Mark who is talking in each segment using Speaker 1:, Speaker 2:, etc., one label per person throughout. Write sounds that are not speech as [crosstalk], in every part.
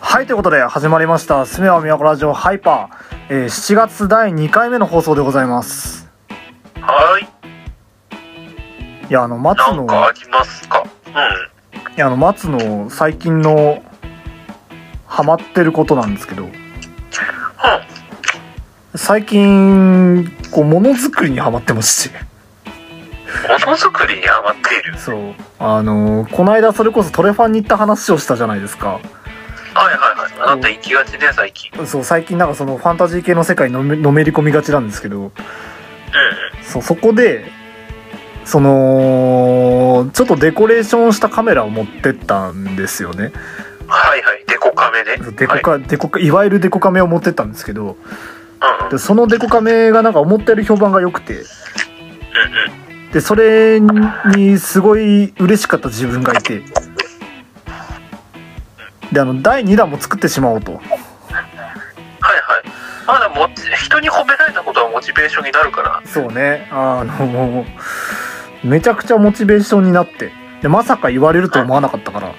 Speaker 1: はい、ということで始まりました、すめは都ラジオハイパー、えー、7月第2回目の放送でございます。
Speaker 2: はい。
Speaker 1: いや、あの、松
Speaker 2: なんかあ
Speaker 1: の、
Speaker 2: りますかうん。
Speaker 1: いや、あの、松の最近の、ハマってることなんですけど、最近、こう、ものづくりにハマってまして。
Speaker 2: ものづくりにハマっている。
Speaker 1: そう。あの、こないだそれこそトレファンに行った話をしたじゃないですか。
Speaker 2: はいはいはい。あなた行きがちね、最近。
Speaker 1: そう、最近なんかそのファンタジー系の世界にのめのめり込みがちなんですけど、
Speaker 2: う
Speaker 1: そうそこでそのちょっとデコレーションしたカメラを持ってったんですよね
Speaker 2: ん。はいはい。デコカメで。
Speaker 1: デコカ、い、デコカいわゆるデコカメを持ってったんですけど
Speaker 2: はい、うん
Speaker 1: でそのデコカメがなんか思ったより評判が良くて
Speaker 2: うんうん。
Speaker 1: でそれにすごい嬉しかった自分がいてであの第2弾も作ってしまおうと
Speaker 2: はいはい。まだもち、人に褒められたことはモチベーションになるから。
Speaker 1: そうねあのもうめちゃくちゃモチベーションになってでまさか言われると思わなかったから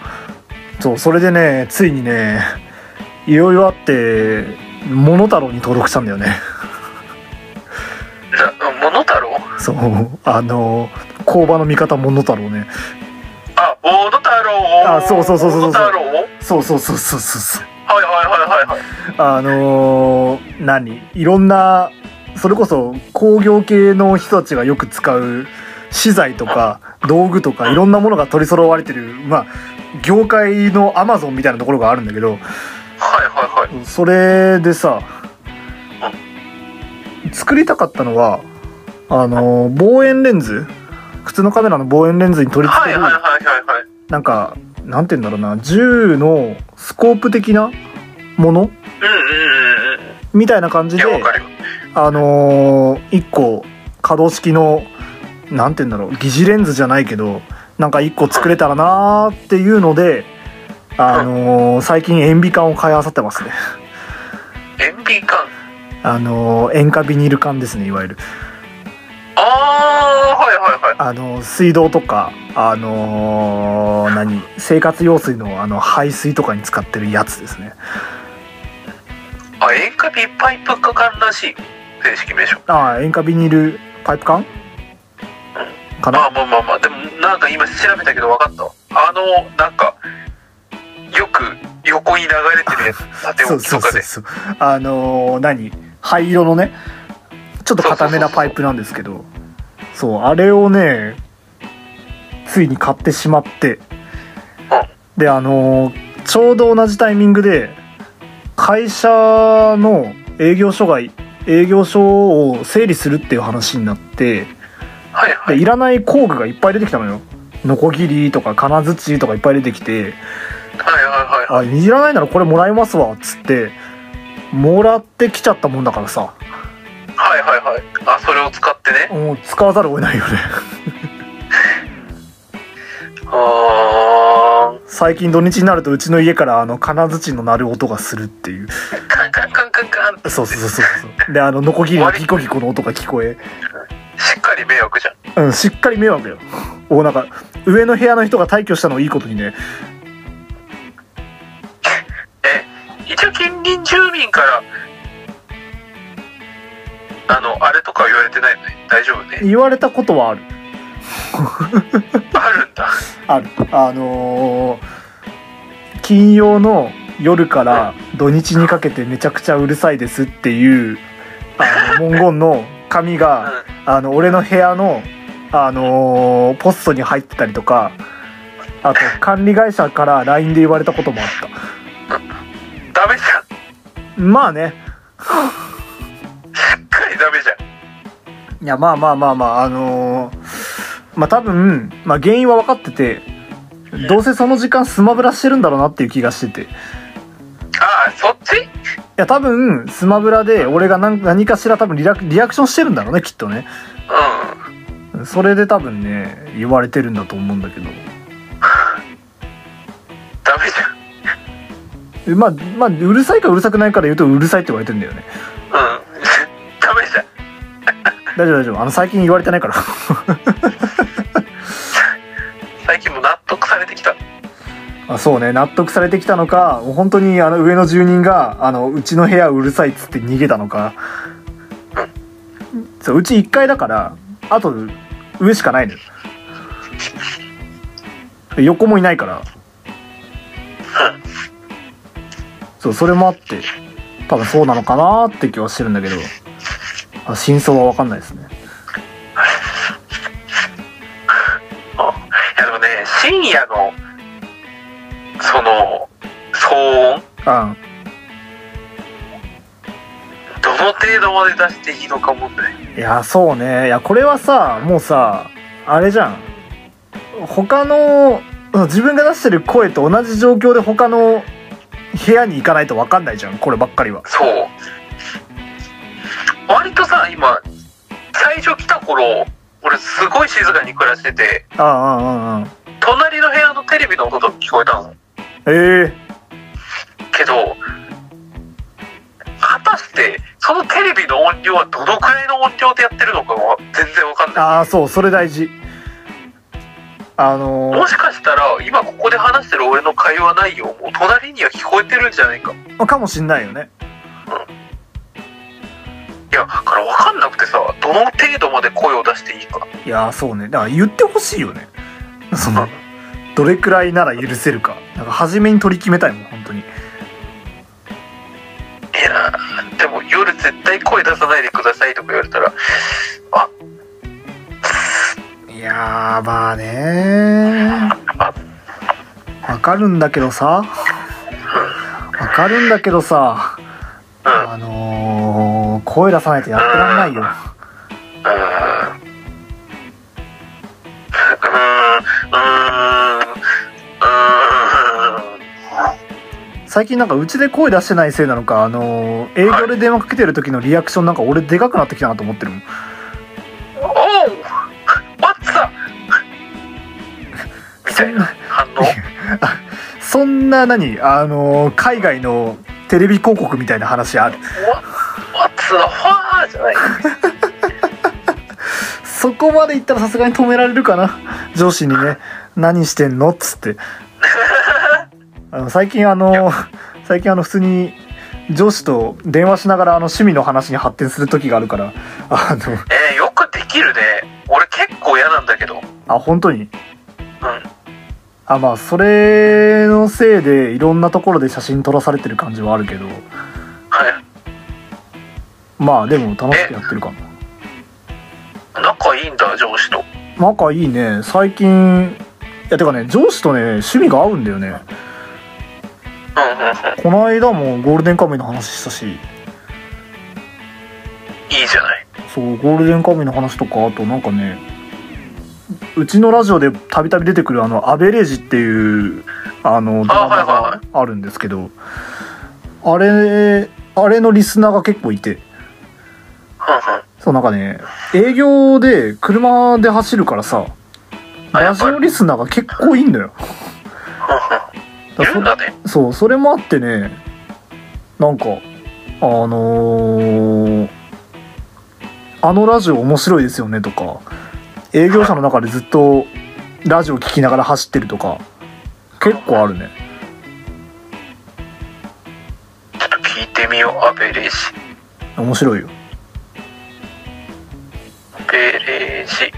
Speaker 1: そうそれでねついにねいろいろあって「モノタロウ」に登録したんだよね
Speaker 2: な、モノ太郎
Speaker 1: そうあの工場の味方モノタロウね
Speaker 2: あ、モノ太郎
Speaker 1: あそうそうそうそうそう
Speaker 2: モノ太郎はい
Speaker 1: そうそうそうそうそうそう
Speaker 2: はいはいはいはい。
Speaker 1: あのー何いろんなそれこそ工業系の人たちがよく使う資材とか道具とかいろんなものが取り揃われてるまあ業界のアマゾンみたいなところがあるんだけど
Speaker 2: はいはいはい。
Speaker 1: それでさ作りたかったのはあのー望遠レンズ普通のカメラの望遠レンズに取り付
Speaker 2: は
Speaker 1: け
Speaker 2: い
Speaker 1: る
Speaker 2: はいはいはいはい。
Speaker 1: なんかなんて言うんだろうな銃のスコープ的なもの
Speaker 2: うんうんうんう
Speaker 1: みたいな感じ
Speaker 2: ん。い
Speaker 1: で
Speaker 2: や、わかるよ。
Speaker 1: あのー、一個可動式のなんて言うんだろう疑似レンズじゃないけどなんか一個作れたらなーっていうので、あのー、最近塩ビ缶を買い漁ってますね。
Speaker 2: 塩ビ缶。
Speaker 1: あのー、塩化ビニール缶ですねいわゆる。
Speaker 2: あー、はいはいはい。
Speaker 1: あのー水道とかあのー、何生活用水のあの排水とかに使ってるやつですね。
Speaker 2: あ、塩化ビパイプ化缶らしい。正式名称。
Speaker 1: ああ塩化ビニールパイプ缶か
Speaker 2: ま
Speaker 1: な
Speaker 2: あまあまあまあ、でもなんか今調べたけど分かったわ。あの、なんか、よく横に流れてるやつ、縦
Speaker 1: そう
Speaker 2: 置き
Speaker 1: そ
Speaker 2: と
Speaker 1: うそ
Speaker 2: か
Speaker 1: う
Speaker 2: で。
Speaker 1: そうあのー何灰色のねちょっと固めなパイプなんですけどそうあれをねついに買ってしまってであのーちょうど同じタイミングで会社の営業所が営業所を整理するっていう話になって
Speaker 2: はいは
Speaker 1: で
Speaker 2: い。
Speaker 1: いらない工具がいっぱい出てきたのよノコギリとか金槌とかいっぱい出てきて
Speaker 2: はいはいはい。
Speaker 1: あ、いらないならこれもらいますわ、っつって、もらってきちゃったもんだからさ、
Speaker 2: はいはいはい。あ、それを使ってね。
Speaker 1: もう使わざるを得ないよね。 [laughs]
Speaker 2: あー。
Speaker 1: 最近土日になるとうちの家からあの金槌の鳴る音がするっていう。
Speaker 2: カンカンカンカンカンって
Speaker 1: そうそうそうそうそう。で、あの、ノコギリのギコギコの音が聞こえ。
Speaker 2: しっかり迷惑じゃん。
Speaker 1: うん、しっかり迷惑よ。お、なんか、上の部屋の人が退去したのをいいことにね、
Speaker 2: え、一応近隣住民から、あの、あれとか言われてないのね。大丈夫ね。
Speaker 1: 言われたことはある。
Speaker 2: あるんだ。
Speaker 1: ある。あのー金曜の夜から土日にかけてめちゃくちゃうるさいですっていう、あの、文言の紙
Speaker 2: うん。
Speaker 1: が、
Speaker 2: はい
Speaker 1: あの、俺の部屋の、あのーポストに入ってたりとか、あと、管理会社から LINE で言われたこともあっ
Speaker 2: ダメじゃん。
Speaker 1: た。まあね。
Speaker 2: しっかりダメじゃん。
Speaker 1: いや、まあまあまあまあ、あのーまあ多分、まあ原因は分かってて、どうせその時間スマブラしてるんだろうなっていう気がしてて。
Speaker 2: あー、そっち
Speaker 1: いや、多分、スマブラで、俺が何何かしら多分リラリアクションしてるんだろうね、きっとね。
Speaker 2: うん。
Speaker 1: それで多分ね、言われてるんだと思うんだけど。
Speaker 2: ダメじゃん。
Speaker 1: えまあ、まあ、うるさいかうるさくないかで言うと、うるさいって言われてんだよね。
Speaker 2: うん。 [laughs] ダメじゃん。
Speaker 1: 大丈夫大丈夫。あの、最近言われてないから。
Speaker 2: 最近も納得されてきた。
Speaker 1: あ、そうね納得されてきたのかもう本当にあの上の住人があのうちの部屋うるさいっつって逃げたのかそううち1階だからあと上しかないのよで横もいないからそうそれもあって多分そうなのかなって気はしてるんだけどあ真相は分かんないですね
Speaker 2: あいやでもね深夜のその騒音
Speaker 1: あ
Speaker 2: どの程度まで出していいのか問題
Speaker 1: いやそうねいやこれはさもうさあれじゃん他の自分が出してる声と同じ状況で他の部屋に行かないと分かんないじゃんこればっかりは
Speaker 2: そう割とさ今最初来た頃俺すごい静かに暮らしてて
Speaker 1: ああああああ
Speaker 2: 隣の部屋のテレビの音が聞こえたの
Speaker 1: え
Speaker 2: けど果たしてそのテレビの音量はどのくらいの音量でやってるのかは全然わかん
Speaker 1: え
Speaker 2: ない
Speaker 1: ああそうそれ大事あの
Speaker 2: もしかしたら今ここで話してる俺の会話内容も隣には聞こえてるんじゃないかい
Speaker 1: ーかもしんないよね
Speaker 2: やだからわかんなくてさどの程度まで声を出していいか
Speaker 1: いやーそうねだから言ってほしいよねそのどれくらいなら許せるかなんか初めに取り決めたいもん本当に
Speaker 2: いやーでも夜絶対声出さないでくださいとか言われたらあ
Speaker 1: いやーまあねーわかるんだけどさわかるんだけどさあのー、声出さないとやってらんないよ
Speaker 2: うーんうーんうーんうーん
Speaker 1: 最近なんかうちで声出してないせいなのかあのー、営業で電話かけてる時のリアクションなんか俺でかくなってきたなと思ってるもん
Speaker 2: おおマッツだみたいな反応
Speaker 1: そんな何あのー、海外のテレビ広告みたいな話ある
Speaker 2: マッツだファーじゃない
Speaker 1: そこまで行ったらさすがに止められるかな [laughs] 上司にね「何してんの?」っつって [laughs] あの最近あの最近あの普通に上司と電話しながらあの趣味の話に発展する時があるからあの
Speaker 2: えー、よくできるね俺結構嫌なんだけどうん
Speaker 1: あ本当に
Speaker 2: あ
Speaker 1: あまあそれのせいでいろんなところで写真撮らされてる感じはあるけどまあでも楽しくやってるかな
Speaker 2: 仲いいんだ上司と
Speaker 1: 仲いいね最近いやてかね上司とね趣味が合うんだよね
Speaker 2: うんうんうん
Speaker 1: この間もゴールデンカムイの話したし
Speaker 2: いいじゃない
Speaker 1: そうゴールデンカムイの話とかあとなんかねうちのラジオでたびたび出てくるあのアベレージっていうあのドラマ
Speaker 2: はいはいは
Speaker 1: があるんですけどあれあれのリスナーが結構いて
Speaker 2: う
Speaker 1: そうなんかね営業で車で走るからさ
Speaker 2: あや
Speaker 1: ラ
Speaker 2: っ
Speaker 1: ジ
Speaker 2: ぱり
Speaker 1: オリスナーが結構いいんだよだから
Speaker 2: んうんうんいる
Speaker 1: そ
Speaker 2: んだね
Speaker 1: そうそれもあってねなんかあのーあのラジオ面白いですよね」とか営業者の中でずっとラジオ聞きながら走ってるとか結構あるね
Speaker 2: ちょっと聞いてみようアベレージ
Speaker 1: 面白いよ
Speaker 2: アベレージ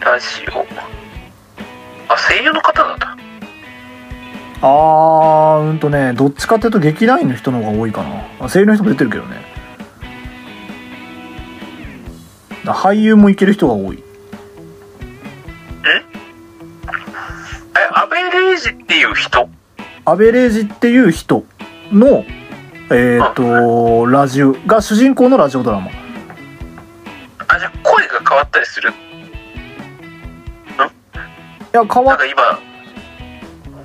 Speaker 2: ラジオあ声優の方なんだ
Speaker 1: あーうんとねどっちかっていうと劇団員の人の方が多いかなあ声優の人も出てるけどねだ俳優もいける人が多い
Speaker 2: えアベレージっていう人
Speaker 1: アベレージっていう人のえっ、とラジオが主人公のラジオドラマ
Speaker 2: あじゃあ声が変わったりす
Speaker 1: い
Speaker 2: る
Speaker 1: や変わ
Speaker 2: なん
Speaker 1: っ
Speaker 2: か今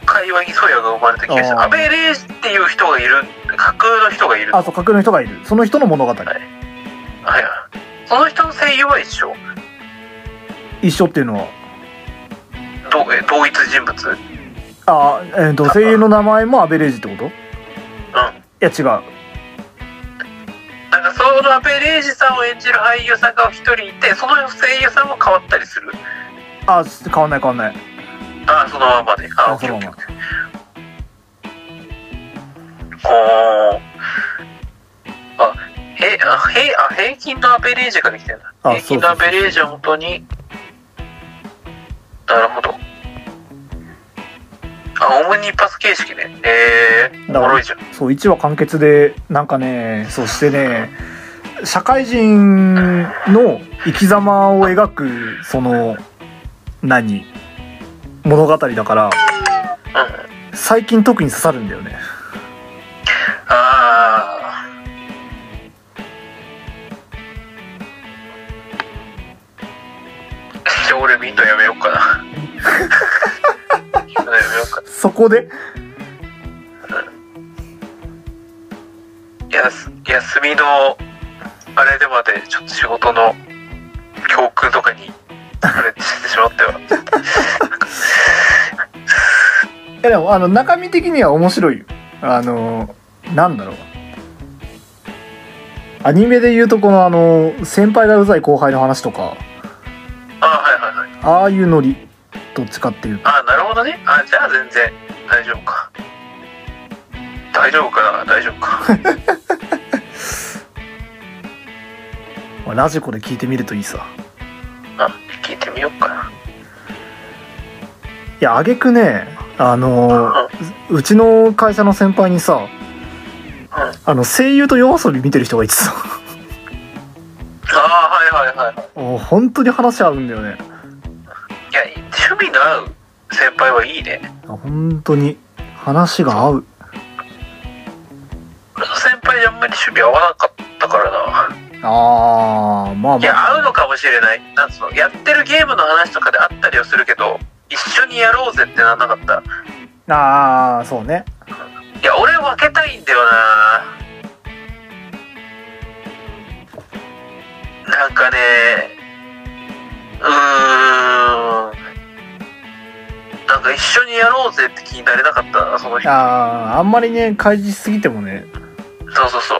Speaker 2: 会話にソヤが生まれてきまし
Speaker 1: あー
Speaker 2: たアベレージっていう人がいる架空の人がいるは
Speaker 1: あそう架空の人がいるその人の物語
Speaker 2: いその人の声優は一緒
Speaker 1: 一緒っていうのは
Speaker 2: どうえ同一人物うん
Speaker 1: あえっ、と声優の名前もアベレージってことい
Speaker 2: な
Speaker 1: や違う
Speaker 2: んかそのアベレージさんを演じる俳優さんが一人いてその声優さんも変わったりする
Speaker 1: あ変わんない変わんない
Speaker 2: あーそのままであ
Speaker 1: あ
Speaker 2: オッケー
Speaker 1: そ
Speaker 2: オ
Speaker 1: の
Speaker 2: ッ
Speaker 1: ま
Speaker 2: ケー
Speaker 1: ま
Speaker 2: オッケーああ。あ、へ、あ、へ、あ、平均のアベレージができてるんだ。
Speaker 1: あ
Speaker 2: 平均のアベレージをもとに。なるほど。あ、オムニパス形式ね。ええー、
Speaker 1: だ
Speaker 2: お
Speaker 1: から
Speaker 2: もろいじゃん。
Speaker 1: そう1話完結でなんかねそしてね社会人の生き様を描くその何物語だから
Speaker 2: うん。
Speaker 1: 最近特に刺さるんだよね
Speaker 2: ああ。じゃあ俺見んのやめようか
Speaker 1: [laughs]
Speaker 2: な。見んのやめようかな
Speaker 1: そこで
Speaker 2: やす休みのあれでまでちょっと仕事の教訓とかにあれしてしまっては
Speaker 1: いやでもあの中身的には面白いよあのなんだろうアニメで言うとこのあの先輩がうざい後輩の話とか
Speaker 2: あはいはいはい
Speaker 1: ああいうノリどっちかっていうと
Speaker 2: あなるほどねあじゃあ全然大丈夫か大丈夫かな大丈夫 [laughs] か
Speaker 1: まあラジコで聞いてみるといいさ
Speaker 2: あ聞いてみようかない
Speaker 1: や、あげくね、あの、ううちの会社の先輩にさ、あの、声優と夜遊び見てる人がいてさ、 [laughs]
Speaker 2: あはいはいはいは
Speaker 1: もう本当に話合うんだよね。
Speaker 2: いいや趣味の合う先輩はいいね
Speaker 1: 本当に、話が合う。
Speaker 2: 俺の先輩にあんまり趣味合わなかったからな
Speaker 1: あー、まあ
Speaker 2: いや、合う
Speaker 1: まあ。
Speaker 2: のかもしれない。なんつうの、やってるゲームの話とかであったりはするけど、一緒にやろうぜってなんなかった。
Speaker 1: あー、そうね。
Speaker 2: いや、俺分けたいんだよななんかね、うーん。なんか一緒にやろうぜって気になれなかったな、その日。
Speaker 1: あー、あんまりね、開示しすぎてもね。
Speaker 2: そうそうそう。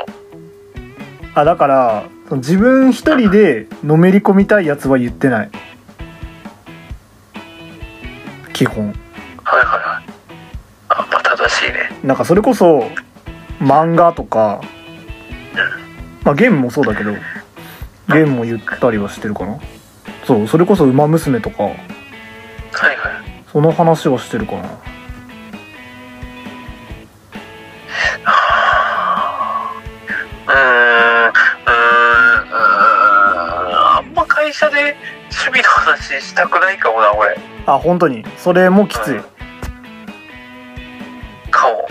Speaker 1: あ、だから、その自分一人でのめり込みたいやつは言ってない。基本。
Speaker 2: はいはいはい。あ、まあ正しいね。
Speaker 1: なんかそれこそ漫画とか、まあ、ゲームもそうだけどゲームも言ったりはしてるかなそうそれこそ「ウマ娘」とか
Speaker 2: はいはい。
Speaker 1: その話はしてるかな
Speaker 2: うーん、うーん、うーんあんま会社で趣味の話したくないかもな、俺。
Speaker 1: あ本当にそれもきつい
Speaker 2: かも。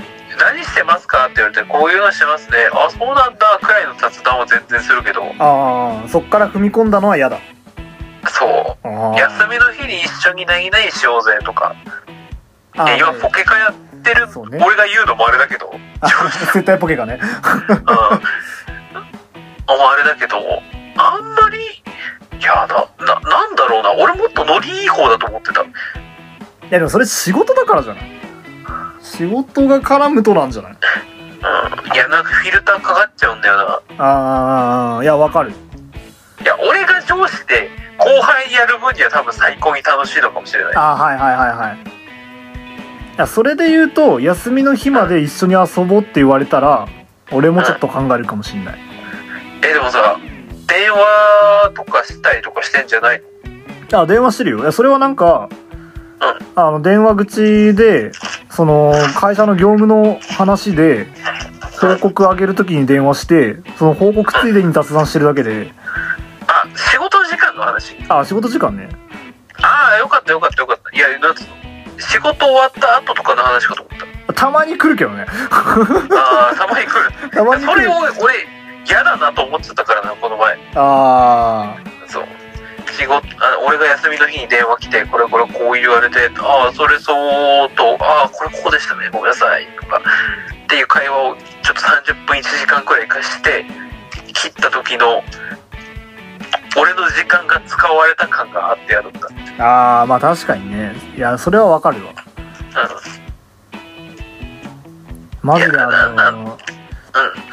Speaker 2: 何してますかって言われて、こういうのしてますね。あ、そうなんだ、くらいの雑談を全然するけど、
Speaker 1: ああそっから踏み込んだのは嫌だ
Speaker 2: そう。
Speaker 1: あ
Speaker 2: 休みの日に一緒に何々しようぜとか。
Speaker 1: あ
Speaker 2: いや今ポケカやってる、
Speaker 1: そうね
Speaker 2: 俺が言うのもあれだけ
Speaker 1: [laughs]
Speaker 2: ど、
Speaker 1: 絶対ポケがね
Speaker 2: うん。ああれだけど、あんまり、いや、な、な、なんだろうな。俺もっとノリいい方だと思ってた。
Speaker 1: いやでもそれ仕事だからじゃない仕事が絡むとなんじゃない
Speaker 2: うんいや、なんかフィルターかかっちゃうんだよな。
Speaker 1: ああいやわかる
Speaker 2: いや、俺が上司で後輩にやる分には多分最高に楽しいのかもしれない。
Speaker 1: あはいはいはいはいいやそれで言うと休みの日まで一緒に遊ぼうって言われたら俺もちょっと考えるかもしんない
Speaker 2: え、でもさ、電話とかしたりとかしてんじゃないの
Speaker 1: あ電話してるよいやそれはなんかあの電話口でその会社の業務の話で報告あげるときに電話してその報告ついでに雑談してるだけで
Speaker 2: あ、仕事時間の話
Speaker 1: あ仕事時間ね
Speaker 2: ああ、よかったよかったよかった。いや、なんつうの仕事終わった後とかの話かと思った。
Speaker 1: たまに来るけどね
Speaker 2: ああ、たまに来る。
Speaker 1: たまに
Speaker 2: そ
Speaker 1: 来
Speaker 2: れ
Speaker 1: る
Speaker 2: を俺、嫌だなと思ってたからな、この前。
Speaker 1: あー
Speaker 2: そう。仕事あ俺が休みの日に電話来て、これこれこう言われて、ああ、それそうと、ああ、これここでしたね、ごめんなさい、とか、っていう会話をちょっと30分1時間くらい貸して、切った時の、俺の時間が使われた感があってやるんだ。うん。
Speaker 1: あーまあ確かにねいやそれはわかるわマジであの
Speaker 2: う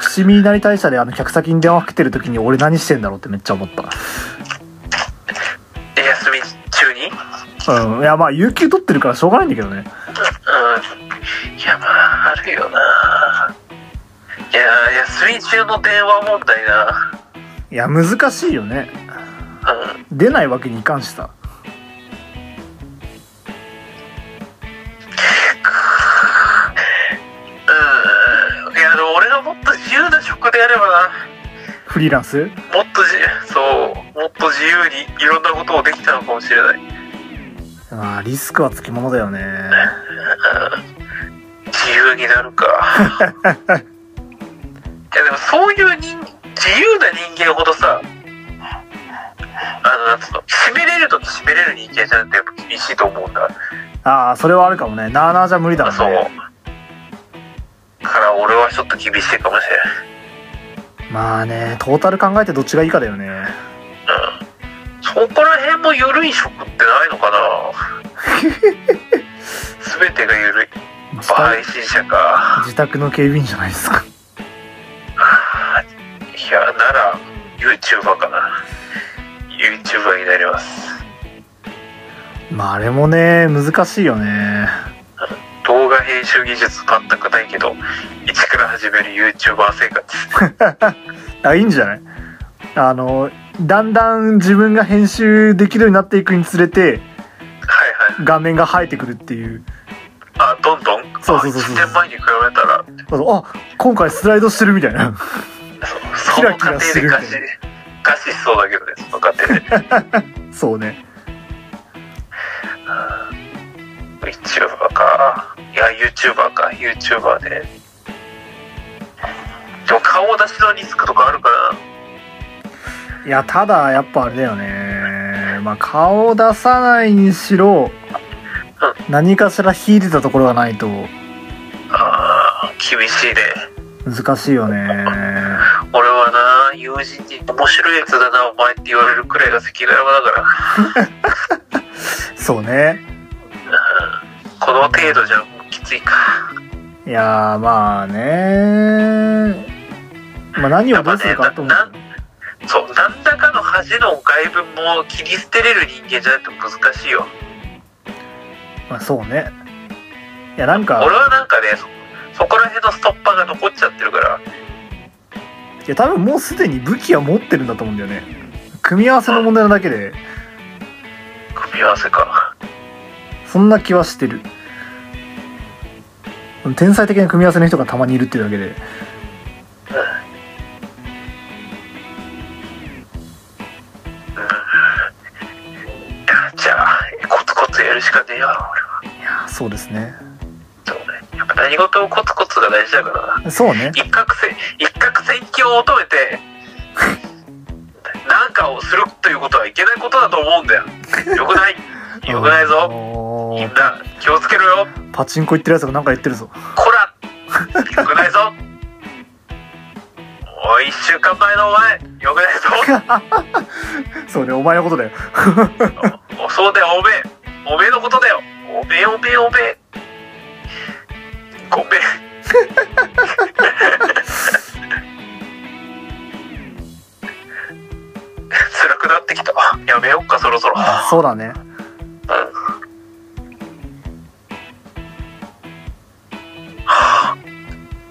Speaker 1: 伏見稲荷大社であの客先に電話かけてる時に俺何してんだろうってめっちゃ思った
Speaker 2: ん。で休み中にうん。
Speaker 1: うんいやまあ有給取ってるからしょうがないんだけどね
Speaker 2: いや、まあ、あるよなやー休み中の電話問題な、
Speaker 1: いや難しいよね
Speaker 2: うん、
Speaker 1: 出ないわけにいかんしさ
Speaker 2: うんいやでも俺がもっと自由な職であればな
Speaker 1: フリーランス
Speaker 2: もっとじそうもっと自由にいろんなことをできたのかもしれない
Speaker 1: ああリスクはつきものだよね
Speaker 2: 自由にな
Speaker 1: [laughs]
Speaker 2: るかいやでもそういう人自由な人間ほどさあのなんつうの締めれる時締めれる人間じゃなくてやっぱ厳しいと思うんだ
Speaker 1: ああそれはあるかもねなあなあじゃ無理だ
Speaker 2: そ
Speaker 1: も
Speaker 2: うん
Speaker 1: ね
Speaker 2: から俺はちょっと厳しいかもしれない
Speaker 1: まあねトータル考えてどっちがいいかだよね
Speaker 2: そこら辺も緩い職ってないのかな
Speaker 1: [laughs]
Speaker 2: 全てが緩い
Speaker 1: 自
Speaker 2: バ
Speaker 1: 宅
Speaker 2: 配信者か
Speaker 1: 自宅の警備員じゃないですか
Speaker 2: いやなら YouTuber かな YouTuber になります
Speaker 1: まああれもね難しいよね
Speaker 2: 動画編集技術全くないけど一から始める YouTuber 生活
Speaker 1: あいいんじゃないあのだんだん自分が編集できるようになっていくにつれて
Speaker 2: はいはい
Speaker 1: 画面が生えてくるっていう
Speaker 2: あどんどん
Speaker 1: そうそうそうそう
Speaker 2: あ1年前に比べたら
Speaker 1: そうあ今回スライドしてるみたいな [laughs]
Speaker 2: そ
Speaker 1: キ
Speaker 2: そ
Speaker 1: ラ
Speaker 2: の
Speaker 1: キ
Speaker 2: 過
Speaker 1: ラ
Speaker 2: 程
Speaker 1: して
Speaker 2: で
Speaker 1: るみた
Speaker 2: ガ
Speaker 1: い
Speaker 2: シ
Speaker 1: な
Speaker 2: ガシしそうだけどねその過程で
Speaker 1: そうね
Speaker 2: YouTuber かいや YouTuber か YouTuber ででも顔出しのリスクとかあるから
Speaker 1: いやただやっぱあれだよねまあ顔を出さないにしろ何かしら秀でたところがないと
Speaker 2: あー厳しいね
Speaker 1: 難しいよね
Speaker 2: 俺はな友人に面白いやつだなお前って言われるくらいが赤裸々だから
Speaker 1: そうね
Speaker 2: この程度じゃもうきついか
Speaker 1: いやーまあねまあ何をどうするかと思うけど
Speaker 2: そう何らかの恥の外分も切り捨てれる人間じゃないと難しいよ
Speaker 1: まあ、そうねいやなん
Speaker 2: 俺
Speaker 1: か
Speaker 2: はなんかねそそこら辺のストッパーが残っちゃってるか
Speaker 1: い
Speaker 2: ら
Speaker 1: や多分もうすでに武器は持ってるんだと思うんだよね組み合わせの問題なだけで
Speaker 2: 組み合わせか
Speaker 1: そんな気はしてる天才的な組み合わせの人がたまにいるっていうだけで
Speaker 2: いやじゃあコツコツやるしかねえよ俺はい
Speaker 1: やーそうですね
Speaker 2: そうねやっぱ何事もコツコツが大事だからな
Speaker 1: そうね
Speaker 2: 一攫千一攫千金を求めて [laughs] なんかをするということはいけないことだと思うんだよよくないよくないぞ
Speaker 1: お
Speaker 2: みん
Speaker 1: ー
Speaker 2: な気をつけろよ
Speaker 1: パチンコ行ってるやつがなんか言ってるぞ [laughs]
Speaker 2: こらよくないぞおい一週間前のお前よくない
Speaker 1: そうねお前のことだよ
Speaker 2: ぞおおそうだよおめえおめえのことだよおめえおめえおめえごめん辛くなってきたやめよっかそろそろ
Speaker 1: あそうだね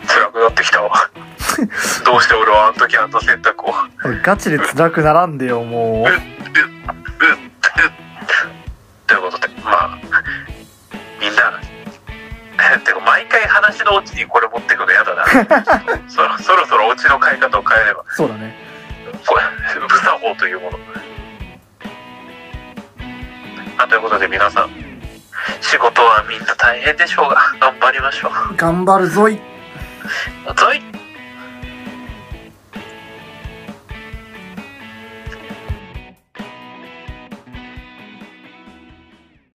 Speaker 2: 辛くなってきたわどうして俺はあの時あんな選択を
Speaker 1: ガチで辛くならんでよも
Speaker 2: うっうっうっということでまあみんな [laughs] てか毎回話のオチにこれ持ってくのやだなそろそろそろオチの買い方を変えれば
Speaker 1: うそうだね
Speaker 2: これ無作法というものあということで皆さん仕事はみんな大変でしょうが頑張りましょう
Speaker 1: 頑張るぞい
Speaker 2: ぞい